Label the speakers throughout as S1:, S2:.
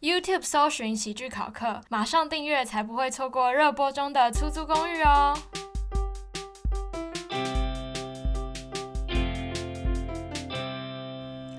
S1: YouTube 搜寻喜剧考课，马上订阅才不会错过热播中的出租公寓哦。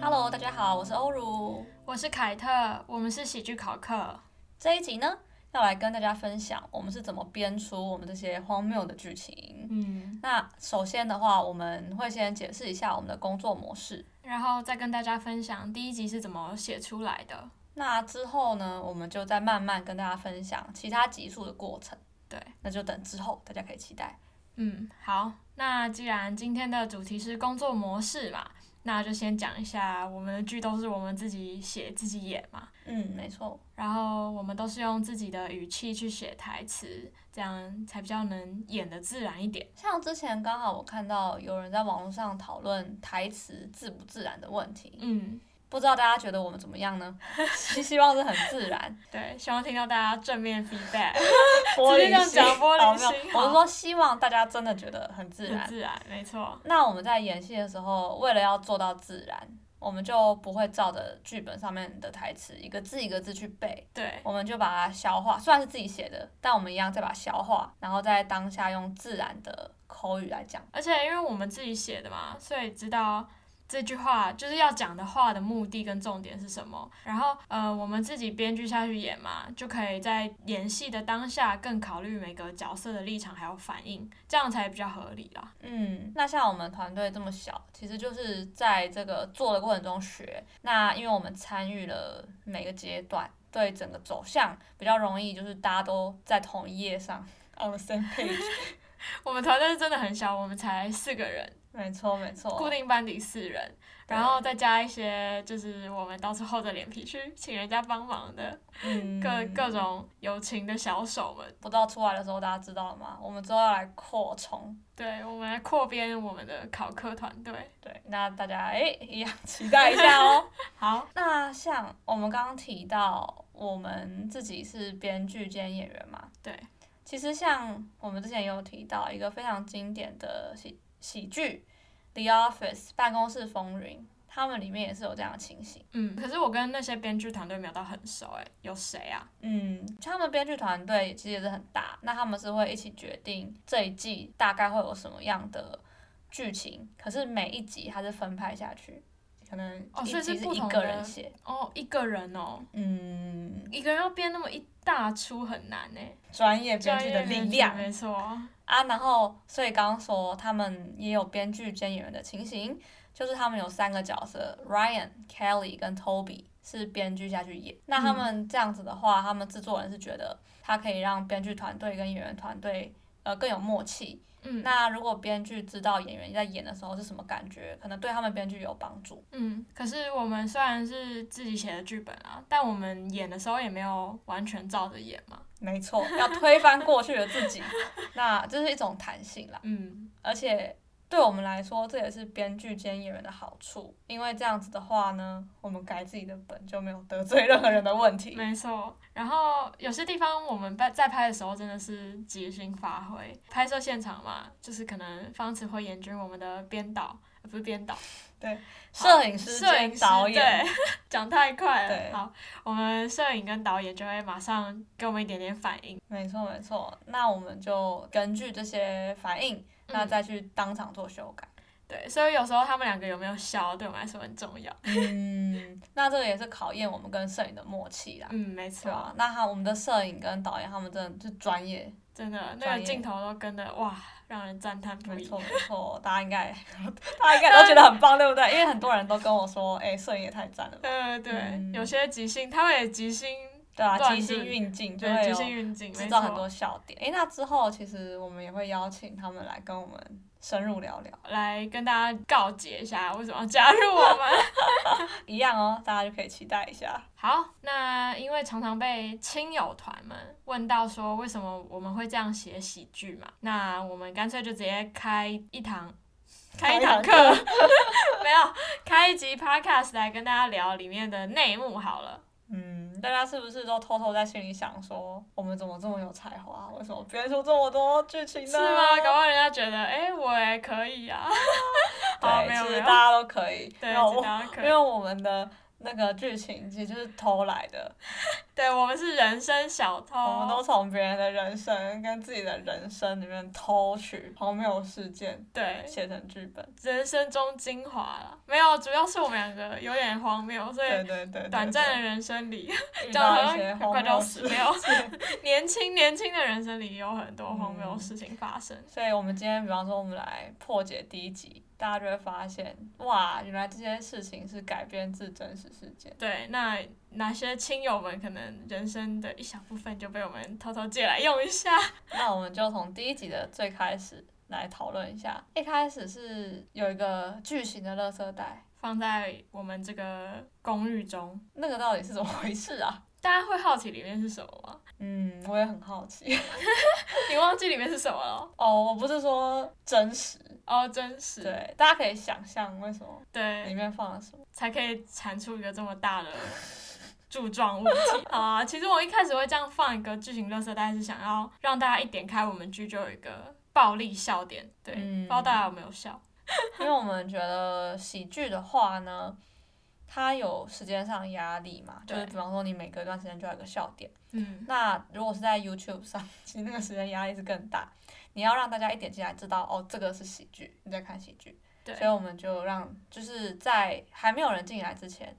S2: Hello，大家好，我是欧如。
S1: 我是凯特，我们是喜剧考课。
S2: 这一集呢，要来跟大家分享我们是怎么编出我们这些荒谬的剧情。
S1: 嗯，
S2: 那首先的话，我们会先解释一下我们的工作模式。
S1: 然后再跟大家分享第一集是怎么写出来的。
S2: 那之后呢，我们就再慢慢跟大家分享其他集数的过程。
S1: 对，
S2: 那就等之后大家可以期待。
S1: 嗯，好，那既然今天的主题是工作模式嘛，那就先讲一下我们的剧都是我们自己写自己演嘛，
S2: 嗯，没错。
S1: 然后我们都是用自己的语气去写台词，这样才比较能演的自然一点。
S2: 像之前刚好我看到有人在网络上讨论台词自不自然的问题，
S1: 嗯，
S2: 不知道大家觉得我们怎么样呢？ 希希望是很自然。
S1: 对，希望听到大家正面 feedback，
S2: 玻璃
S1: 直接这
S2: 心，
S1: 样讲玻璃心嗯
S2: 好没有我
S1: 好
S2: 是说，希望大家真的觉得很自
S1: 很
S2: 然。
S1: 自然，没错。
S2: 那我们在演戏的时候，为了要做到自然，我们就不会照着剧本上面的台词一个字一个字去背，
S1: 对，
S2: 我们就把它消化。虽然是自己写的，但我们一样再把它消化，然后在当下用自然的口语来讲。
S1: 而且因为我们自己写的嘛，所以知道这句话就是要讲的话的目的跟重点是什么。然后呃，我们自己编剧下去演嘛，就可以在演戏的当下更考虑每个角色的立场还有反应，这样才比较合理啦。
S2: 嗯，那像我们团队这么小，其实就是在这个做的过程中学。那因为我们参与了每个阶段，对整个走向比较容易，就是大家都在同一页上 on
S1: 哦
S2: the same page。
S1: 我们团队是真的很小，我们才四个人，
S2: 没错，没
S1: 固
S2: 错。
S1: 定班底四人，然后再加一些就是我们到时候厚着脸皮去请人家帮忙的
S2: 嗯，
S1: 各、各种友情的小手们。
S2: 不知道出来的时候大家知道了吗？我们之后要来扩充。
S1: 对，我们来扩编我们的考科团队。
S2: 对，那大家诶、一样期待一下哦。
S1: 好，
S2: 那像我们刚刚提到，我们自己是编剧兼演员嘛？
S1: 对。
S2: 其实像我们之前也有提到一个非常经典的喜喜剧《The Office》办公室风云，他们里面也是有这样的情形。
S1: 嗯，可是我跟那些编剧团队没有到很熟、欸，有谁啊？
S2: 嗯，他们编剧团队其实也是很大，那他们是会一起决定这一季大概会有什么样的剧情，可是每一集它是分派下去，可能
S1: 哦
S2: 一
S1: 所以是
S2: 集是
S1: 不
S2: 一
S1: 同
S2: 个
S1: 的
S2: 人写，
S1: 哦，一个人哦，
S2: 嗯，
S1: 一个人要编那么一大出很难呢、
S2: 专业编
S1: 专
S2: 剧
S1: 业
S2: 的力量
S1: 没错，
S2: 啊，然后所以刚刚说他们也有编剧兼演员的情形，就是他们有三个角色，Ryan、Kelly 跟 Toby 是编剧下去演。那他们这样子的话，他们制作人是觉得他可以让编剧团队跟演员团队呃更有默契。
S1: 嗯
S2: 那如果编剧知道演员在演的时候是什么感觉，可能对他们编剧有帮助。
S1: 嗯。可是我们虽然是自己写的剧本啊，但我们演的时候也没有完全照着演嘛。
S2: 没错，要推翻过去的自己， 那这是一种弹性啦。
S1: 嗯，
S2: 而且对我们来说，这也是编剧兼演员的好处，因为这样子的话呢，我们改自己的本就没有得罪任何人的问题。
S1: 没错。然后有些地方我们在在拍的时候真的是即兴发挥，拍摄现场嘛，就是可能方慈会演军我们的编导，呃不是编导。
S2: 摄影师
S1: 摄影
S2: 兼
S1: 师
S2: 导演，
S1: 对 讲太快了。
S2: 对
S1: 好，我们摄影跟导演就会马上给我们一点点反应。
S2: 没错没错。那我们就根据这些反应，
S1: 嗯
S2: 那再去当场做修 改。
S1: 对，所以有时候他们两个有没有笑，对我们来说很重要。
S2: 嗯，那这个也是考验我们跟摄影的默契啦。
S1: 嗯，没
S2: 对
S1: 错，
S2: 啊，那他我们的摄影跟导演他们真的是专业，
S1: 真的那
S2: 专
S1: 个
S2: 业
S1: 镜头都跟的哇，让人赞叹不
S2: 没
S1: 已。
S2: 错没错，大家应该 大家应该都觉得很棒，对不对？因为很多人都跟我说，哎、摄影也太赞了吧。
S1: 呃，对，
S2: 嗯
S1: 有些即兴，他们也即兴，
S2: 对啊，
S1: 乱
S2: 即兴
S1: 炖
S2: 运镜就
S1: 对，
S2: 会
S1: 即兴
S2: 有
S1: 运镜，
S2: 制
S1: 没
S2: 造很
S1: 错。
S2: 多笑点。诶，那之后其实我们也会邀请他们来跟我们深入聊聊，
S1: 来跟大家告解一下，为什么要加入我们？
S2: 一样哦，大家就可以期待一下。
S1: 好，那因为常常被亲友团们问到说为什么我们会这样写喜剧嘛，那我们干脆就直接开一 堂，开一堂课， 没有开一集 podcast 来跟大家聊里面的内幕好了。
S2: 嗯，大家是不是都偷偷在心里想说，我们怎么这么有才华？为什么编出这么多剧情呢？
S1: 是吗？搞不好人家觉得，哎、我也 可以啊。好，没
S2: 对，
S1: 有
S2: 其
S1: 没
S2: 实
S1: 有
S2: 大，家都可以。
S1: 对，
S2: 那
S1: 其实
S2: 我
S1: 大家可
S2: 因
S1: 以
S2: 为我们的那个剧情其实就是偷来的，
S1: 对我们是人生小偷，
S2: 我们都从别人的人生跟自己的人生里面偷取荒谬事件
S1: 对
S2: 写成剧本。
S1: 人生中精华了。没有，主要是我们两个有点荒谬，所以
S2: 对对对对，
S1: 短暂
S2: 对
S1: 的人生里，
S2: 遇
S1: 讲得
S2: 到
S1: 好
S2: 一些
S1: 像
S2: 荒
S1: 快
S2: 谬
S1: 要
S2: 事
S1: 死 掉
S2: 件。
S1: 年轻年轻的人生里有很多荒谬的事
S2: 嗯
S1: 情发生。
S2: 所以，我们今天比方说，我们来破解第一集，大家就会发现，哇，原来这些事情是改编自真实事件。
S1: 对，那哪些亲友们可能人生的一小部分就被我们偷偷借来用一下？
S2: 那我们就从第一集的最开始来讨论一下。一开始是有一个巨型的垃圾袋，
S1: 放在我们这个公寓中，
S2: 那个到底是怎么回事啊？
S1: 大家会好奇里面是什么吗？
S2: 嗯，我也很好奇。
S1: 你忘记里面是什么了？
S2: 哦，我不是说真实，
S1: 哦，真实，
S2: 对，大家可以想象为什么
S1: 对
S2: 里面放了什么。
S1: 才可以产出一个这么大的柱状物体。 好啊，其实我一开始会这样放一个巨型垃圾袋，是想要让大家一点开我们剧就有一个暴力笑点。对，
S2: 嗯
S1: 不知道大家有没有笑？
S2: 因为我们觉得喜剧的话呢，它有时间上压力嘛，就是
S1: 对
S2: 比方说你每隔一段时间就要有一个笑点。
S1: 嗯，
S2: 那如果是在 YouTube 上，其实那个时间压力是更大。你要让大家一点进来知道，哦，这个是喜剧，你在看喜剧。
S1: 对
S2: 所以我们就让就是在还没有人进来之前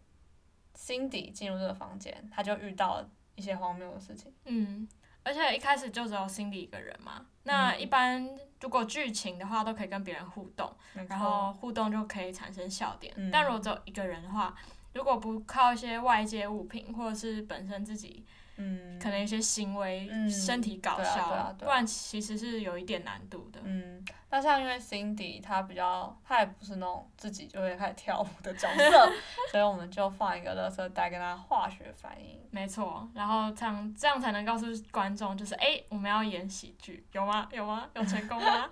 S2: ，Cindy 进入这个房间，他就遇到了一些荒谬的事情。
S1: 嗯，而且一开始就只有 Cindy 一个人嘛。那
S2: 嗯
S1: 一般如果剧情的话，都可以跟别人互动，
S2: 没
S1: 然
S2: 错
S1: 后互动就可以产生笑点。
S2: 嗯
S1: 但如果只有一个人的话，如果不靠一些外界物品或者是本身自己
S2: 嗯，
S1: 可能一些行为、
S2: 嗯
S1: 身体搞
S2: 对啊
S1: 笑，
S2: 对啊对
S1: 不
S2: 啊
S1: 然其实是有一点难度的。
S2: 嗯，那像因为 Cindy 她比较，她也不是那种自己就会开始跳舞的角色，所以我们就放一个垃圾袋跟她化学反应。
S1: 没错，然后这样这样才能告诉观众，就是哎、我们要演喜剧，有吗？有吗？有成功 吗？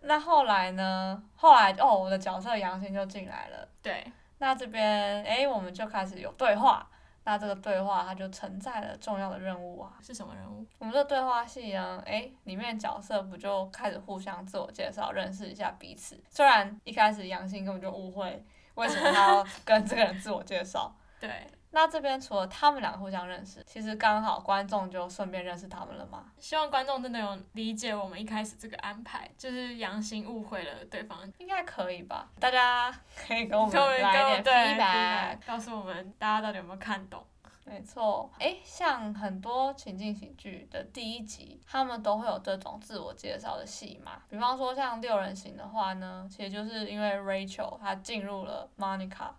S2: 那后来呢？后来哦，我的角色杨欣就进来了。
S1: 对，
S2: 那这边诶，我们就开始有对话。那这个对话它就承载了重要的任务啊。
S1: 是什么人物？
S2: 我们这对话戏呢，诶，里面角色不就开始互相自我介绍，认识一下彼此。虽然一开始杨欣根本就误会为什么他要跟这个人自我介绍。
S1: 对，
S2: 那这边除了他们两个互相认识，其实刚好观众就顺便认识他们了嘛。
S1: 希望观众真的有理解我们一开始这个安排，就是杨欣误会了对方。
S2: 应该可以吧？大家 可以跟我们
S1: 各位
S2: 来一点
S1: 对
S2: feedback。
S1: feedback，告诉我们大家到底有没有看懂？
S2: 没错，诶，像很多情境喜剧的第一集，他们都会有这种自我介绍的戏嘛。比方说像六人行的话呢，其实就是因为 Rachel 她进入了 Monica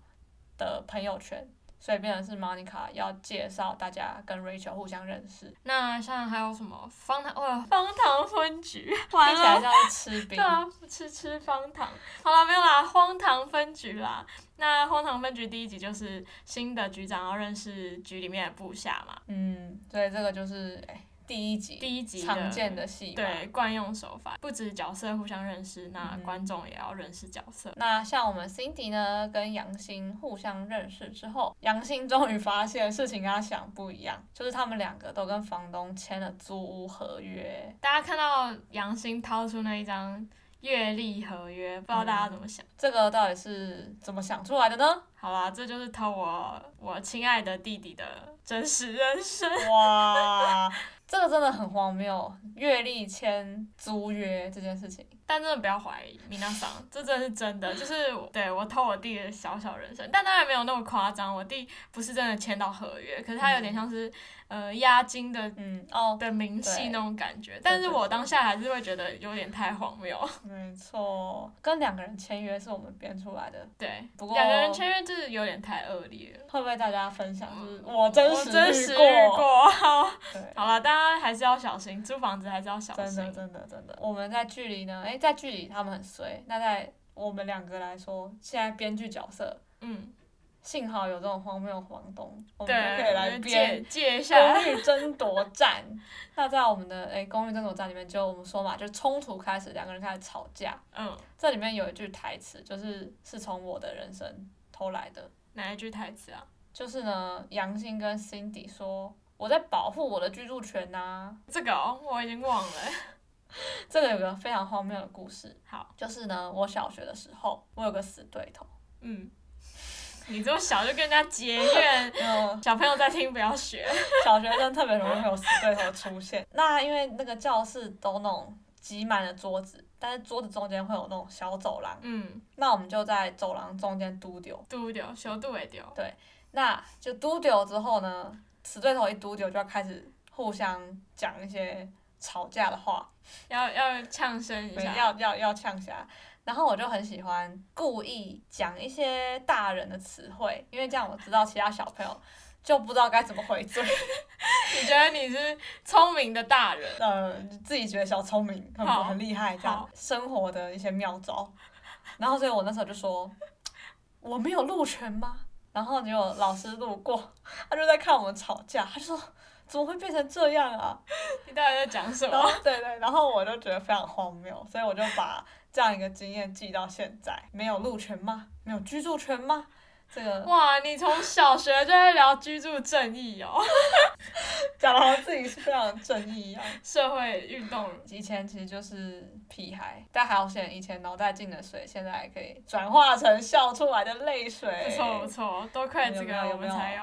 S2: 的朋友圈，所以变成是 Monica 要介绍大家跟 Rachel 互相认识，
S1: 那像还有什么方糖？哦，方糖分局，
S2: 听
S1: 完
S2: 起
S1: 了
S2: 来。像是吃冰
S1: 对。啊，吃吃方糖。好了，没有啦，荒唐分局啦。
S2: 嗯
S1: 那荒唐分局第一集就是新的局长要认识局里面的部下嘛，
S2: 嗯，所以这个就是诶第一集
S1: 第一集的
S2: 常见的戏嘛。
S1: 对惯用手法，不止角色互相认识，那
S2: 嗯
S1: 观众也要认识角色。
S2: 那像我们 Cindy 呢，跟杨欣互相认识之后，杨欣终于发现事情跟他想不一样，就是他们两个都跟房东签了租屋合约。
S1: 大家看到杨欣掏出那一张月历合约，不知道大
S2: 嗯
S1: 家怎么想？
S2: 这个到底是怎么想出来 的呢？
S1: 好啦，这就是偷我我亲爱的弟弟的真实人生。
S2: 哇， 这个真的很荒谬，月历签租约这件事情。
S1: 但真的不要怀疑，米娜桑，这真的是真的，就是我对我偷我弟的小小人生，但当然没有那么夸张，我弟不是真的签到合约，可是他有点像是、呃押金的
S2: 嗯， 哦，
S1: 的明细
S2: 对
S1: 那种感觉，但是我
S2: 对对
S1: 当下还是会觉得有点太荒谬，
S2: 没错，跟两个人签约是我们编出来的。
S1: 对，
S2: 不过
S1: 两个人签约就是有点太恶劣了。
S2: 会不会大家分享？就是我真
S1: 哦我
S2: 实
S1: 真实
S2: 遇
S1: 遇
S2: 过，
S1: 过， 好
S2: 对，
S1: 好了，大家还是要小心，租房子还是要小
S2: 真的，
S1: 心。
S2: 真的，真的。我们在剧里呢，诶，在剧里他们很衰。那在我们两个来说，现在编剧角色，
S1: 嗯，
S2: 幸好有这种荒谬的房东，我们
S1: 对，
S2: 就可以
S1: 我
S2: 来
S1: 们
S2: 编
S1: 借借一下，
S2: 公寓争夺战。那在我们的诶，公寓争夺战里面，就我们说嘛，就冲突开始，两个人开始吵架。
S1: 嗯，
S2: 这里面有一句台词，就是是从我的人生偷来的，
S1: 哪一句台词啊？
S2: 就是呢，杨欣跟 Cindy 说。我在保护我的居住权呐、
S1: 这个哦，我已经忘了。
S2: 这个有个非常荒谬的故事，
S1: 好，
S2: 就是呢，我小学的时候，我有个死对头，
S1: 嗯，你这么小就跟人家结怨，
S2: 嗯，
S1: 小朋友在听不要学。
S2: 小学生特别容易会有死对头出现。 那因为那个教室都那种挤满了桌子，但是桌子中间会有那种小走廊，
S1: 嗯，
S2: 那我们就在走廊中间嘟丢，
S1: 丢丢，小度也丢。
S2: 那就嘟丢之后呢，死对头一嘟丢就要开始互相讲一些吵架的话，
S1: 要要呛声一
S2: 没
S1: 下。
S2: 要要要呛下。然后我就很喜欢故意讲一些大人的词汇，因为这样我知道其他小朋友就不知道该怎么回嘴。
S1: 你觉得你是聪明的大人？
S2: 呃，自己觉得小聪明很
S1: 好
S2: 很厉害，这样
S1: 好
S2: 生活的一些 妙招。然后，所以我那时候就说，我没有路权吗？然后结果老师路过，他就在看我们吵架，他就说怎么会变成这样啊？
S1: 你到底在讲什
S2: 然后
S1: 么？
S2: 对对，然后我就觉得非常荒谬，所以我就把这样一个经验记到现在。没有路权吗？没有居住权吗？这个
S1: 哇，你从小学就在聊居住正义哦，
S2: 讲的好像自己是非常正义一样。
S1: 社会运动人。
S2: 以前其实就是屁孩，但好险，以前脑袋进的水，现在还可以转化成笑出来的泪水。
S1: 不错不错，多亏这
S2: 有没
S1: 个
S2: 有有
S1: 我们
S2: 没有
S1: 才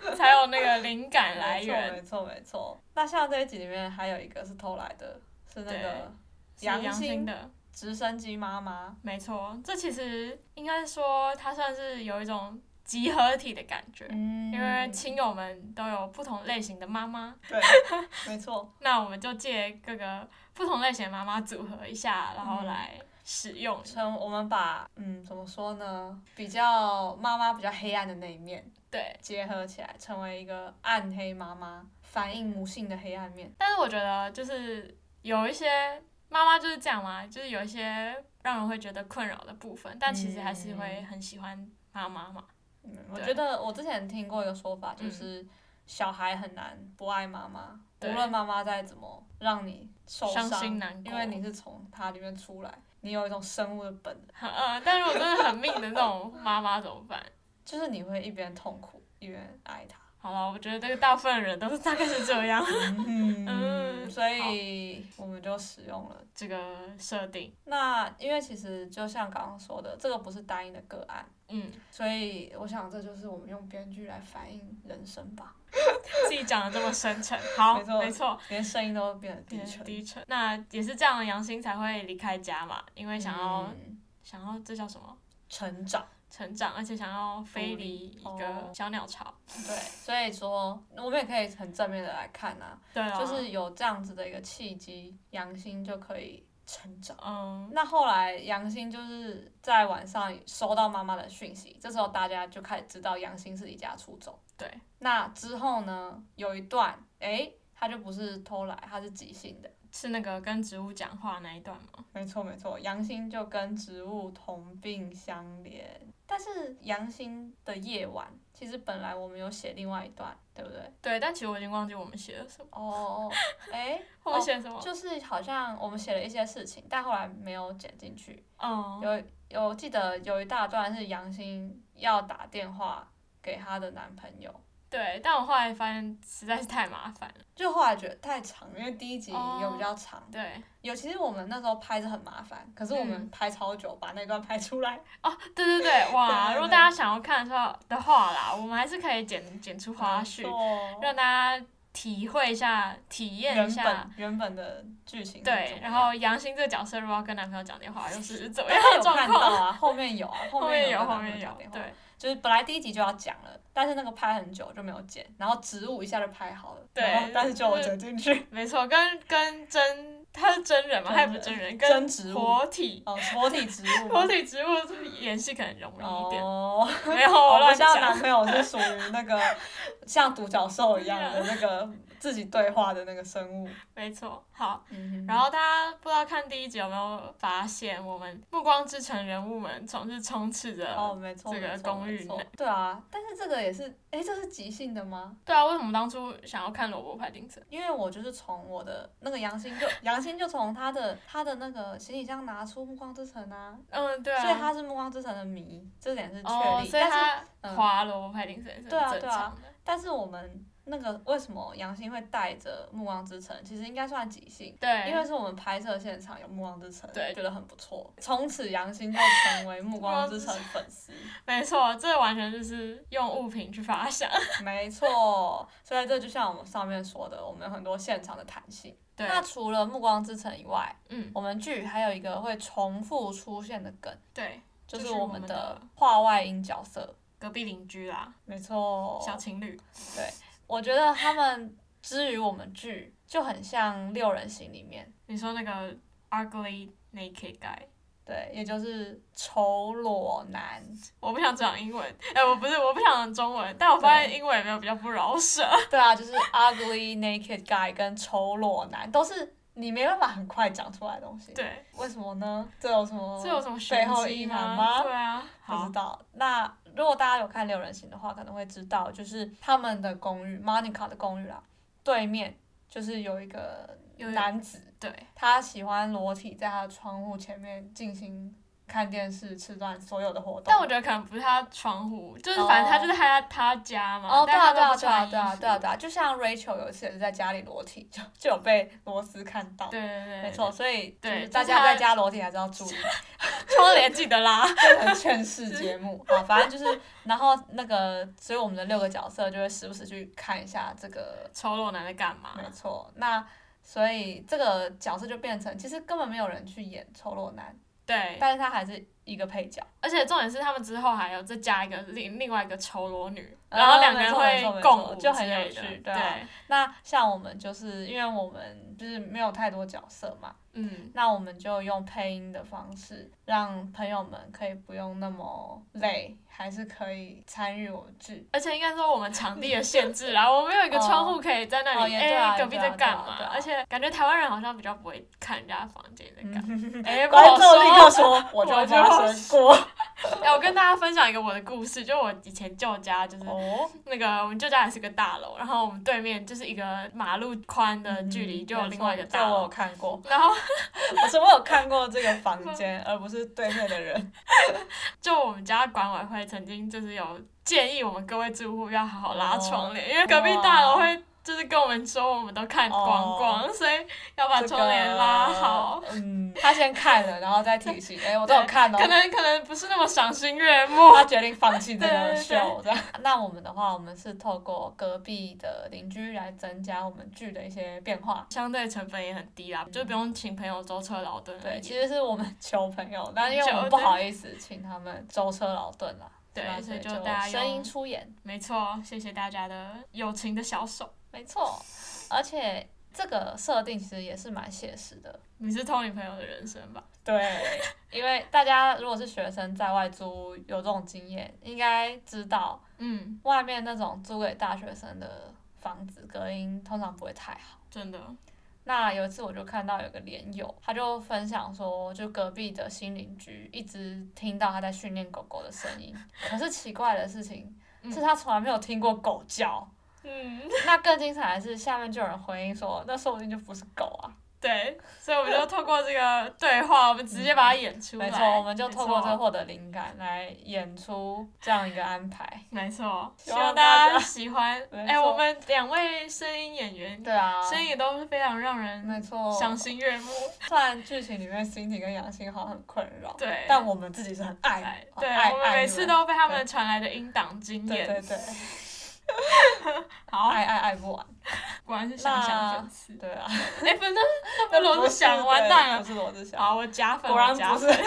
S1: 有才有那个灵感来
S2: 没错
S1: 源。
S2: 没错没错。那像这一集里面还有一个是偷来的，是那
S1: 对
S2: 个
S1: 是阳
S2: 阳
S1: 性
S2: 性
S1: 的，
S2: 直升机妈妈。
S1: 没错，这其实应该说它算是有一种集合体的感觉，
S2: 嗯
S1: 因为亲友们都有不同类型的妈妈，
S2: 对，没错。
S1: 那我们就借各个不同类型的妈妈组合一下，然后
S2: 嗯
S1: 来使用。
S2: 成我们把嗯怎么说呢，比较妈妈比较黑暗的那一面
S1: 对，
S2: 结合起来，成为一个暗黑妈妈，反映母性的黑暗面。
S1: 但是我觉得就是有一些妈妈就是这样嘛，就是有一些让人会觉得困扰的部分，但其实还是会很喜欢妈妈嘛。
S2: 嗯，我
S1: 对
S2: 觉得我之前听过一个说法，就
S1: 嗯
S2: 是小孩很难不爱妈妈，无
S1: 对
S2: 论妈妈再怎么让你受
S1: 伤
S2: 伤，
S1: 心难过
S2: 因为你是从她里面出来，你有一种生物的本能，
S1: 呃，但如果真的很命的那种妈妈怎么办？
S2: 就是你会一边痛苦一边爱 她。
S1: 好了，我觉得这个大部分人都是大概是这样嗯
S2: 嗯，所以我们就使用了。
S1: 这个设定。
S2: 那因为其实就像刚刚说的，这个不是单一的个案，
S1: 嗯，
S2: 所以我想这就是我们用编剧来反映人生吧，
S1: 自己讲的这么深沉，好，
S2: 没错
S1: 没错，
S2: 连声音都变得低
S1: 变
S2: 沉
S1: 得。低沉。那也是这样的，杨欣才会离开家嘛，因为想要、
S2: 嗯
S1: 想要这叫什么
S2: 成长。
S1: 成长，而且想要飞
S2: 独
S1: 离
S2: 立
S1: 一
S2: 哦
S1: 个小鸟巢。
S2: 对，所以说我们也可以很正面的来看啊，
S1: 对啊，
S2: 就是有这样子的一个契机，杨欣就可以成长。
S1: 嗯，
S2: 那后来杨欣就是在晚上收到妈妈的讯息，这时候大家就开始知道杨欣是离家出走。
S1: 对，
S2: 那之后呢，有一段，诶，他就不是偷来，他是即兴的。
S1: 是那个跟植物讲话那一段吗？
S2: 没错没错，杨欣就跟植物同病相怜。但是杨欣的夜晚，其实本来我们有写另外一段，对不对？
S1: 对，但其实我已经忘记我们写了什么，
S2: 哦，诶。
S1: 我们写了什么？
S2: 哦就是好像我们写了一些事情，但后来没有剪进去。
S1: 嗯，
S2: 有有记得有一大段是杨欣要打电话给她的男朋友，
S1: 对，但我后来发现实在是太麻烦了。
S2: 就后来觉得太长，因为第一集
S1: 哦
S2: 有比较长，
S1: 对，
S2: 尤其是我们那时候拍是很麻烦，可是我们
S1: 嗯
S2: 拍超久，把那段拍出来。
S1: 哦，对对对， 哇！
S2: 对啊
S1: 如果大家想要看的话的话啦，我们还是可以剪剪出花絮
S2: 没，错
S1: 让大家体会一下、体验一
S2: 原
S1: 下
S2: 本。原本的剧情是怎
S1: 对
S2: 么，
S1: 然
S2: 样
S1: 后杨欣这个角色如果要跟男朋友讲电话，又是怎么样
S2: 但
S1: 的
S2: 是有
S1: 状
S2: 看到
S1: 况？
S2: 啊，后面 有啊，
S1: 后面
S2: 面
S1: 有，
S2: 跟
S1: 后
S2: 男朋
S1: 面
S2: 友
S1: 有
S2: 打电，话
S1: 对
S2: 就是本来第一集就要讲了，但是那个拍很久就没有剪，然后植物一下就拍好了，
S1: 对
S2: 然后但是就我剪 进去，
S1: 没错，跟跟真他是真人嘛，
S2: 真
S1: 他也不是
S2: 人
S1: 真人，
S2: 真
S1: 跟
S2: 植物
S1: 活体
S2: 哦，活体植物，
S1: 活体植物演戏可能容易一点，
S2: 哦，
S1: 没有我
S2: 我
S1: 乱
S2: 不像
S1: 讲。
S2: 男朋友是属于那 个像独角兽一样的
S1: 啊
S2: 那个自己对话的那个生物，
S1: 没错，好。
S2: 嗯
S1: 然后大家不知道看第一集有没有发现，我们《暮光之城》人物们总是充斥着
S2: 哦，没错，
S1: 这个
S2: 没错
S1: 公寓
S2: 没错
S1: 内
S2: 对啊，但是这个也是，哎，这是即兴的吗？
S1: 对啊，为什么当初想要看萝卜派丁森？
S2: 因为我就是从我的那个杨欣就杨欣就从他的他的那个行李箱拿出《暮光之城》啊，
S1: 嗯，对啊，
S2: 所以他是《暮光之城》的迷，这点是确立。
S1: 哦，所以
S2: 但是
S1: 他
S2: 嗯
S1: 花萝卜派丁森是
S2: 对啊
S1: 很正常的，
S2: 但是我们那个为什么杨欣会带着《暮光之城》，其实应该算即兴，
S1: 对，
S2: 因为是我们拍摄现场有《暮光之城》，
S1: 对
S2: 觉得很不错。从此杨欣就成为《暮光之城》粉丝，
S1: 没错，这完全就是用物品去发想。
S2: 没错。所以这就像我们上面说的，我们有很多现场的弹性。
S1: 对，
S2: 那除了《暮光之城》以外，
S1: 嗯，
S2: 我们剧还有一个会重复出现的梗，
S1: 对，
S2: 就
S1: 就是是
S2: 我
S1: 我
S2: 们
S1: 们
S2: 的
S1: 的
S2: 话外音角色。
S1: 隔壁邻居啦，
S2: 没错，
S1: 小情侣，
S2: 我觉得他们之于我们剧就很像《六人行》里面，
S1: 你说那个 ugly naked guy，
S2: 对，也就是丑裸男。
S1: 我不想讲英文， 哎、我不是，我不想讲中文，但我发现英文也没有比较不饶舌。
S2: 对啊，就是 ugly naked guy 跟丑裸男都是你没办法很快讲出来的东西。，
S1: 对，
S2: 为什么呢？这有什么？
S1: 这有什么
S2: 哦背
S1: 玄
S2: 后
S1: 机
S2: 意涵吗
S1: 对啊，
S2: 不
S1: 好
S2: 知，道。那如果大家有看《六人行》的话，可能会知道，就是他们的公寓，Monica 的公寓啦，对面就是有一个
S1: 有一
S2: 男子，
S1: 对，
S2: 他喜欢裸体在他的窗户前面进行看电视、吃饭所有的活动。
S1: 但我觉得可能不是他窗户，就是反正他就是他他家嘛，
S2: 哦哦，对
S1: 但
S2: 啊，
S1: 他
S2: 对啊，
S1: 都不穿
S2: 对啊，
S1: 衣
S2: 对啊，
S1: 服
S2: 对啊，对啊，就像 Rachel 有一次也是在家里裸体，就就有被罗斯看到。
S1: 对对对，
S2: 啊没错，所以就是
S1: 对
S2: 大
S1: 就是
S2: 家
S1: 他
S2: 在家裸体还是要 注意，
S1: 对，窗帘记得 拉。
S2: 变成劝世节目。好，反正就是，然后那个，所以我们的六个角色就会时不时去看一下这个，
S1: 丑裸男在干嘛？
S2: 没错。那所以这个角色就变成，其实根本没有人去演丑陋男，
S1: 对，
S2: 但是他还是一个配角。
S1: 而且重点是他们之后还有再加一个另另外一个丑裸女，
S2: 哦
S1: 然后两个人
S2: 没错没错
S1: 会共舞
S2: 就很有
S1: 之类
S2: 趣
S1: 的
S2: 对啊那像我们就是因为我们就是没有太多角色嘛，
S1: 嗯，
S2: 那我们就用配音的方式，让朋友们可以不用那么累，还是可以参与我们剧。
S1: 而且应该说我们场地的限制 啦，我们有一个窗户可以在那
S2: 哦
S1: 里，
S2: 也
S1: 哎、
S2: 对啊
S1: 隔壁在干嘛
S2: 也对啊对啊？
S1: 而且感觉台湾人好像比较不会看人家房间在干嘛。哎、 不
S2: 观
S1: 好
S2: 众立
S1: 说，
S2: 刻说， 我就发生过。
S1: 哎、我跟大家分享一个我的故事，就我以前舅家就是
S2: 哦，
S1: 那个我们舅家也是个大楼，然后我们对面就是一个马路宽的距离，就有另外一个
S2: 没
S1: 大
S2: 错这我有
S1: 楼，
S2: 看过，
S1: 然后
S2: 我是我有看过这个房间，而不是对面的人。
S1: 就我们家管委会曾经就是有建议我们各位住户要好好拉窗
S2: 哦
S1: 帘，因为隔壁大楼会就是跟我们说我们都看光
S2: 哦
S1: 光，所以要 把窗帘拉好。
S2: 这个嗯，他先看了，然后再提 醒，哎，我都有看哦
S1: 可。能可能不是那么赏心悦目，
S2: 他决定放弃这 个
S1: 对对对
S2: 秀，这样。 那我们的话，我们是透过隔壁的邻居来增加我们剧的一些变化。
S1: 相对成本也很低啦，就不用请朋友舟车劳顿了
S2: 对，
S1: 嗯也。
S2: 其实是我们求朋友，但是因为我们不
S1: 求对
S2: 好意思请他们舟车劳顿啦，
S1: 对
S2: 吧
S1: 所以
S2: 就
S1: 就大家
S2: 声
S1: 用
S2: 音出演，
S1: 没错，谢谢大家的友情的小手。
S2: 没错。而且这个设定其实也是蛮写实的，
S1: 你是偷你朋友的人生吧？
S2: 对， 因为大家如果是学生在外租有这种经验，应该知道
S1: 嗯，
S2: 外面那种租给大学生的房子隔音通常不会太好。
S1: 真的，
S2: 那有一次我就看到有个连友，他就分享说，就隔壁的新邻居一直听到他在训练狗狗的声音，可是奇怪的事情
S1: 嗯
S2: 是他从来没有听过狗叫。
S1: 嗯，
S2: 那更精彩的是，下面就有人回应说，那说不定就不是狗啊。
S1: 对，所以我们就透过这个对话，我们直接把它演出来。
S2: 没错，我们就
S1: 没
S2: 透过
S1: 错
S2: 这获得灵感来演出这样一个安排。
S1: 没错，希
S2: 希望
S1: 望
S2: 大
S1: 大
S2: 家
S1: 家喜欢。
S2: 没
S1: 哎、
S2: 错
S1: 我们两位声音演员，
S2: 对啊，
S1: 声音也都是非常让
S2: 没
S1: 人
S2: 错。
S1: 赏心悦目。
S2: 虽然剧情里面 Cindy 跟杨欣好像很困扰，
S1: 对，
S2: 但我们自己是很爱
S1: 哎，
S2: 很
S1: 对
S2: 爱，
S1: 我
S2: 爱
S1: 们每
S2: 你
S1: 次都被他
S2: 对
S1: 们传来的音档惊
S2: 对对
S1: 艳。
S2: 对，
S1: 好，
S2: 爱爱爱不完。
S1: 果然是想
S2: 那
S1: 想粉丝。
S2: 对 啊，
S1: 哎，不是，那不是罗志祥，完蛋
S2: 不
S1: 了。
S2: 是罗志祥，
S1: 好，我加粉，
S2: 果然
S1: 我加
S2: 不是
S1: 粉。。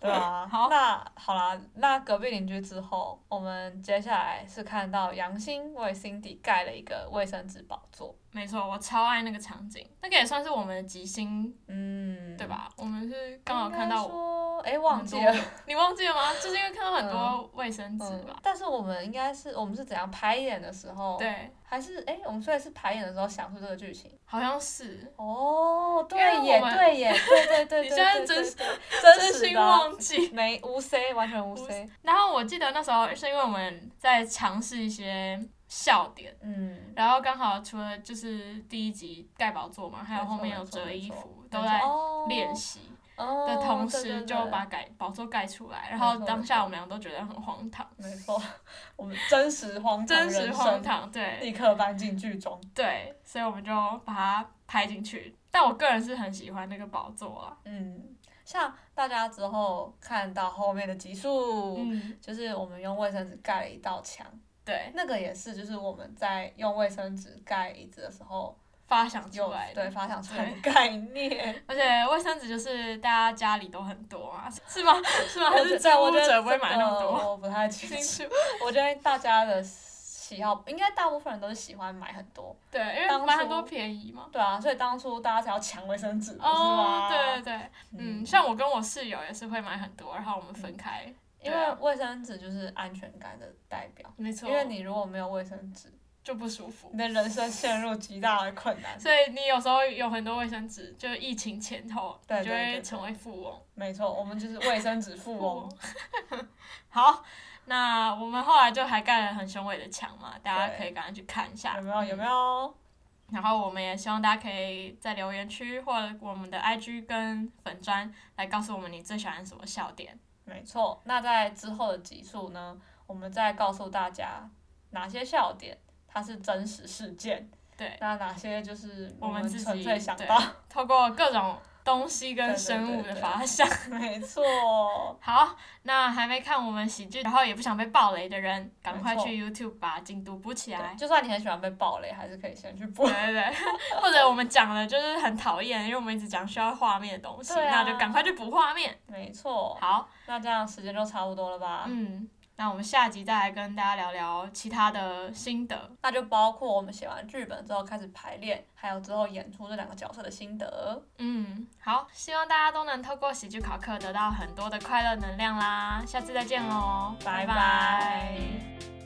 S2: 对啊，
S1: 好
S2: 那好啦，那隔壁邻居之后，我们接下来是看到杨欣为 Cindy 盖了一个卫生纸宝座，
S1: 没错，我超爱那个场景，那个也算是我们的吉星，
S2: 嗯，
S1: 对？吧？我们是刚好看到我，
S2: 我，哎，忘记了，
S1: 你忘记了吗？就是因为看到很多卫生纸
S2: 嗯
S1: 吧。
S2: 但是我们应该是我们是怎样排演的时候，，
S1: 对，
S2: 还是哎，我们所以是排演的时候想出这个剧情，
S1: 好像是。
S2: 哦，对
S1: 因为
S2: 耶，
S1: 我们
S2: 对耶，对对对对，
S1: 你现在
S2: 对
S1: 真
S2: 对
S1: 是
S2: 对
S1: 真
S2: 真实
S1: 心
S2: 的啊
S1: 忘记。
S2: 没无 C，完全无
S1: 无
S2: C，
S1: 然后我记得那时候是因为我们在尝试一些笑点，
S2: 嗯，
S1: 然后刚好除了就是第一集盖宝座嘛，还有后面有折衣服，都在练习。
S2: 习。哦
S1: 的同
S2: 对
S1: 时
S2: 对
S1: 就
S2: 对
S1: 把改宝座盖出来，然
S2: 没
S1: 后
S2: 错
S1: 当
S2: 没
S1: 下
S2: 错
S1: 我们俩都觉得很荒唐，
S2: 没错，我们真实荒唐
S1: 真
S2: 人生，
S1: 实荒唐，对
S2: 立刻搬进剧中。
S1: 对，所以我们就把它拍进去。但我个人是很喜欢那个宝座啊，
S2: 嗯，像大家之后看到后面的集数，
S1: 嗯，
S2: 就是我们用卫生纸盖了一道墙，
S1: 对，
S2: 那个也是，就是我们在用卫生纸盖椅子的时候
S1: 发想出
S2: 有
S1: 来
S2: 对
S1: 的，
S2: 发想出来的概 念。
S1: 而且卫生纸就是大家家里都很多啊， 是吗？是吗？还
S2: 我觉
S1: 是
S2: 得
S1: 购
S2: 我
S1: 物
S2: 觉得
S1: 者不会买那么
S2: 这个
S1: 多？
S2: 我不太清
S1: 清
S2: 楚。
S1: 楚，
S2: 我觉得大家的喜好，应该大部分人都是喜欢买很多，
S1: 对，因为
S2: 当
S1: 买很
S2: 初
S1: 多便宜嘛。
S2: 对啊，所以当初大家才要抢卫生纸，不是
S1: 哦
S2: 吗？，
S1: 对对对，嗯，像我跟我室友也是会买很多，然后我们
S2: 嗯
S1: 分开，
S2: 因
S1: 对
S2: 为
S1: 啊
S2: 卫生纸就是安全感的代表。
S1: 没错，
S2: 因为你如果没有卫生纸，
S1: 就不舒服。
S2: 你的人生陷入极大的困难。
S1: 所以你有时候有很多卫生纸，就是疫情前后，
S2: 对
S1: 你就
S2: 对对
S1: 会
S2: 对
S1: 成为富翁。
S2: 没错，我们就是卫生纸富翁。
S1: 好，那我们后来就还盖了很雄伟的墙嘛，大家
S2: 对
S1: 可以赶快去看一下。
S2: 有没有？有没
S1: 有？
S2: 有？
S1: 然后我们也希望大家可以在留言区或者我们的 IG 跟粉砖来告诉我们你最喜欢什么笑点。
S2: 没错。那在之后的集数呢，我们再告诉大家哪些笑点它是真实事件，
S1: 对，
S2: 那哪些就是
S1: 我们
S2: 们
S1: 自己
S2: 纯粹想
S1: 对
S2: 到。
S1: 透过各种东西
S2: 对
S1: 跟
S2: 对
S1: 生物
S2: 对
S1: 的
S2: 对
S1: 发想。
S2: 没错。
S1: 好，那还没看我们喜剧，然后也不想被暴雷的人，赶快
S2: 没错
S1: 去 YouTube 把进度补起来
S2: 对，。就算你很喜欢被暴雷，还是可以先去播
S1: 对。对 对，或者我们讲的就是很讨厌，因为我们一直讲需要画面的东西，
S2: 对啊
S1: 那就赶快去补画面。
S2: 没错。
S1: 好，
S2: 那这样时间就差不多了吧？
S1: 嗯，那我们下集再来跟大家聊聊其他的心得。
S2: 那就包括我们写完剧本之后开始排练，还有之后演出这两个角色的心得。
S1: 嗯，好，希望大家都能透过喜剧考课得到很多的快乐能量啦，下次再见喽，
S2: 拜
S1: 拜
S2: 拜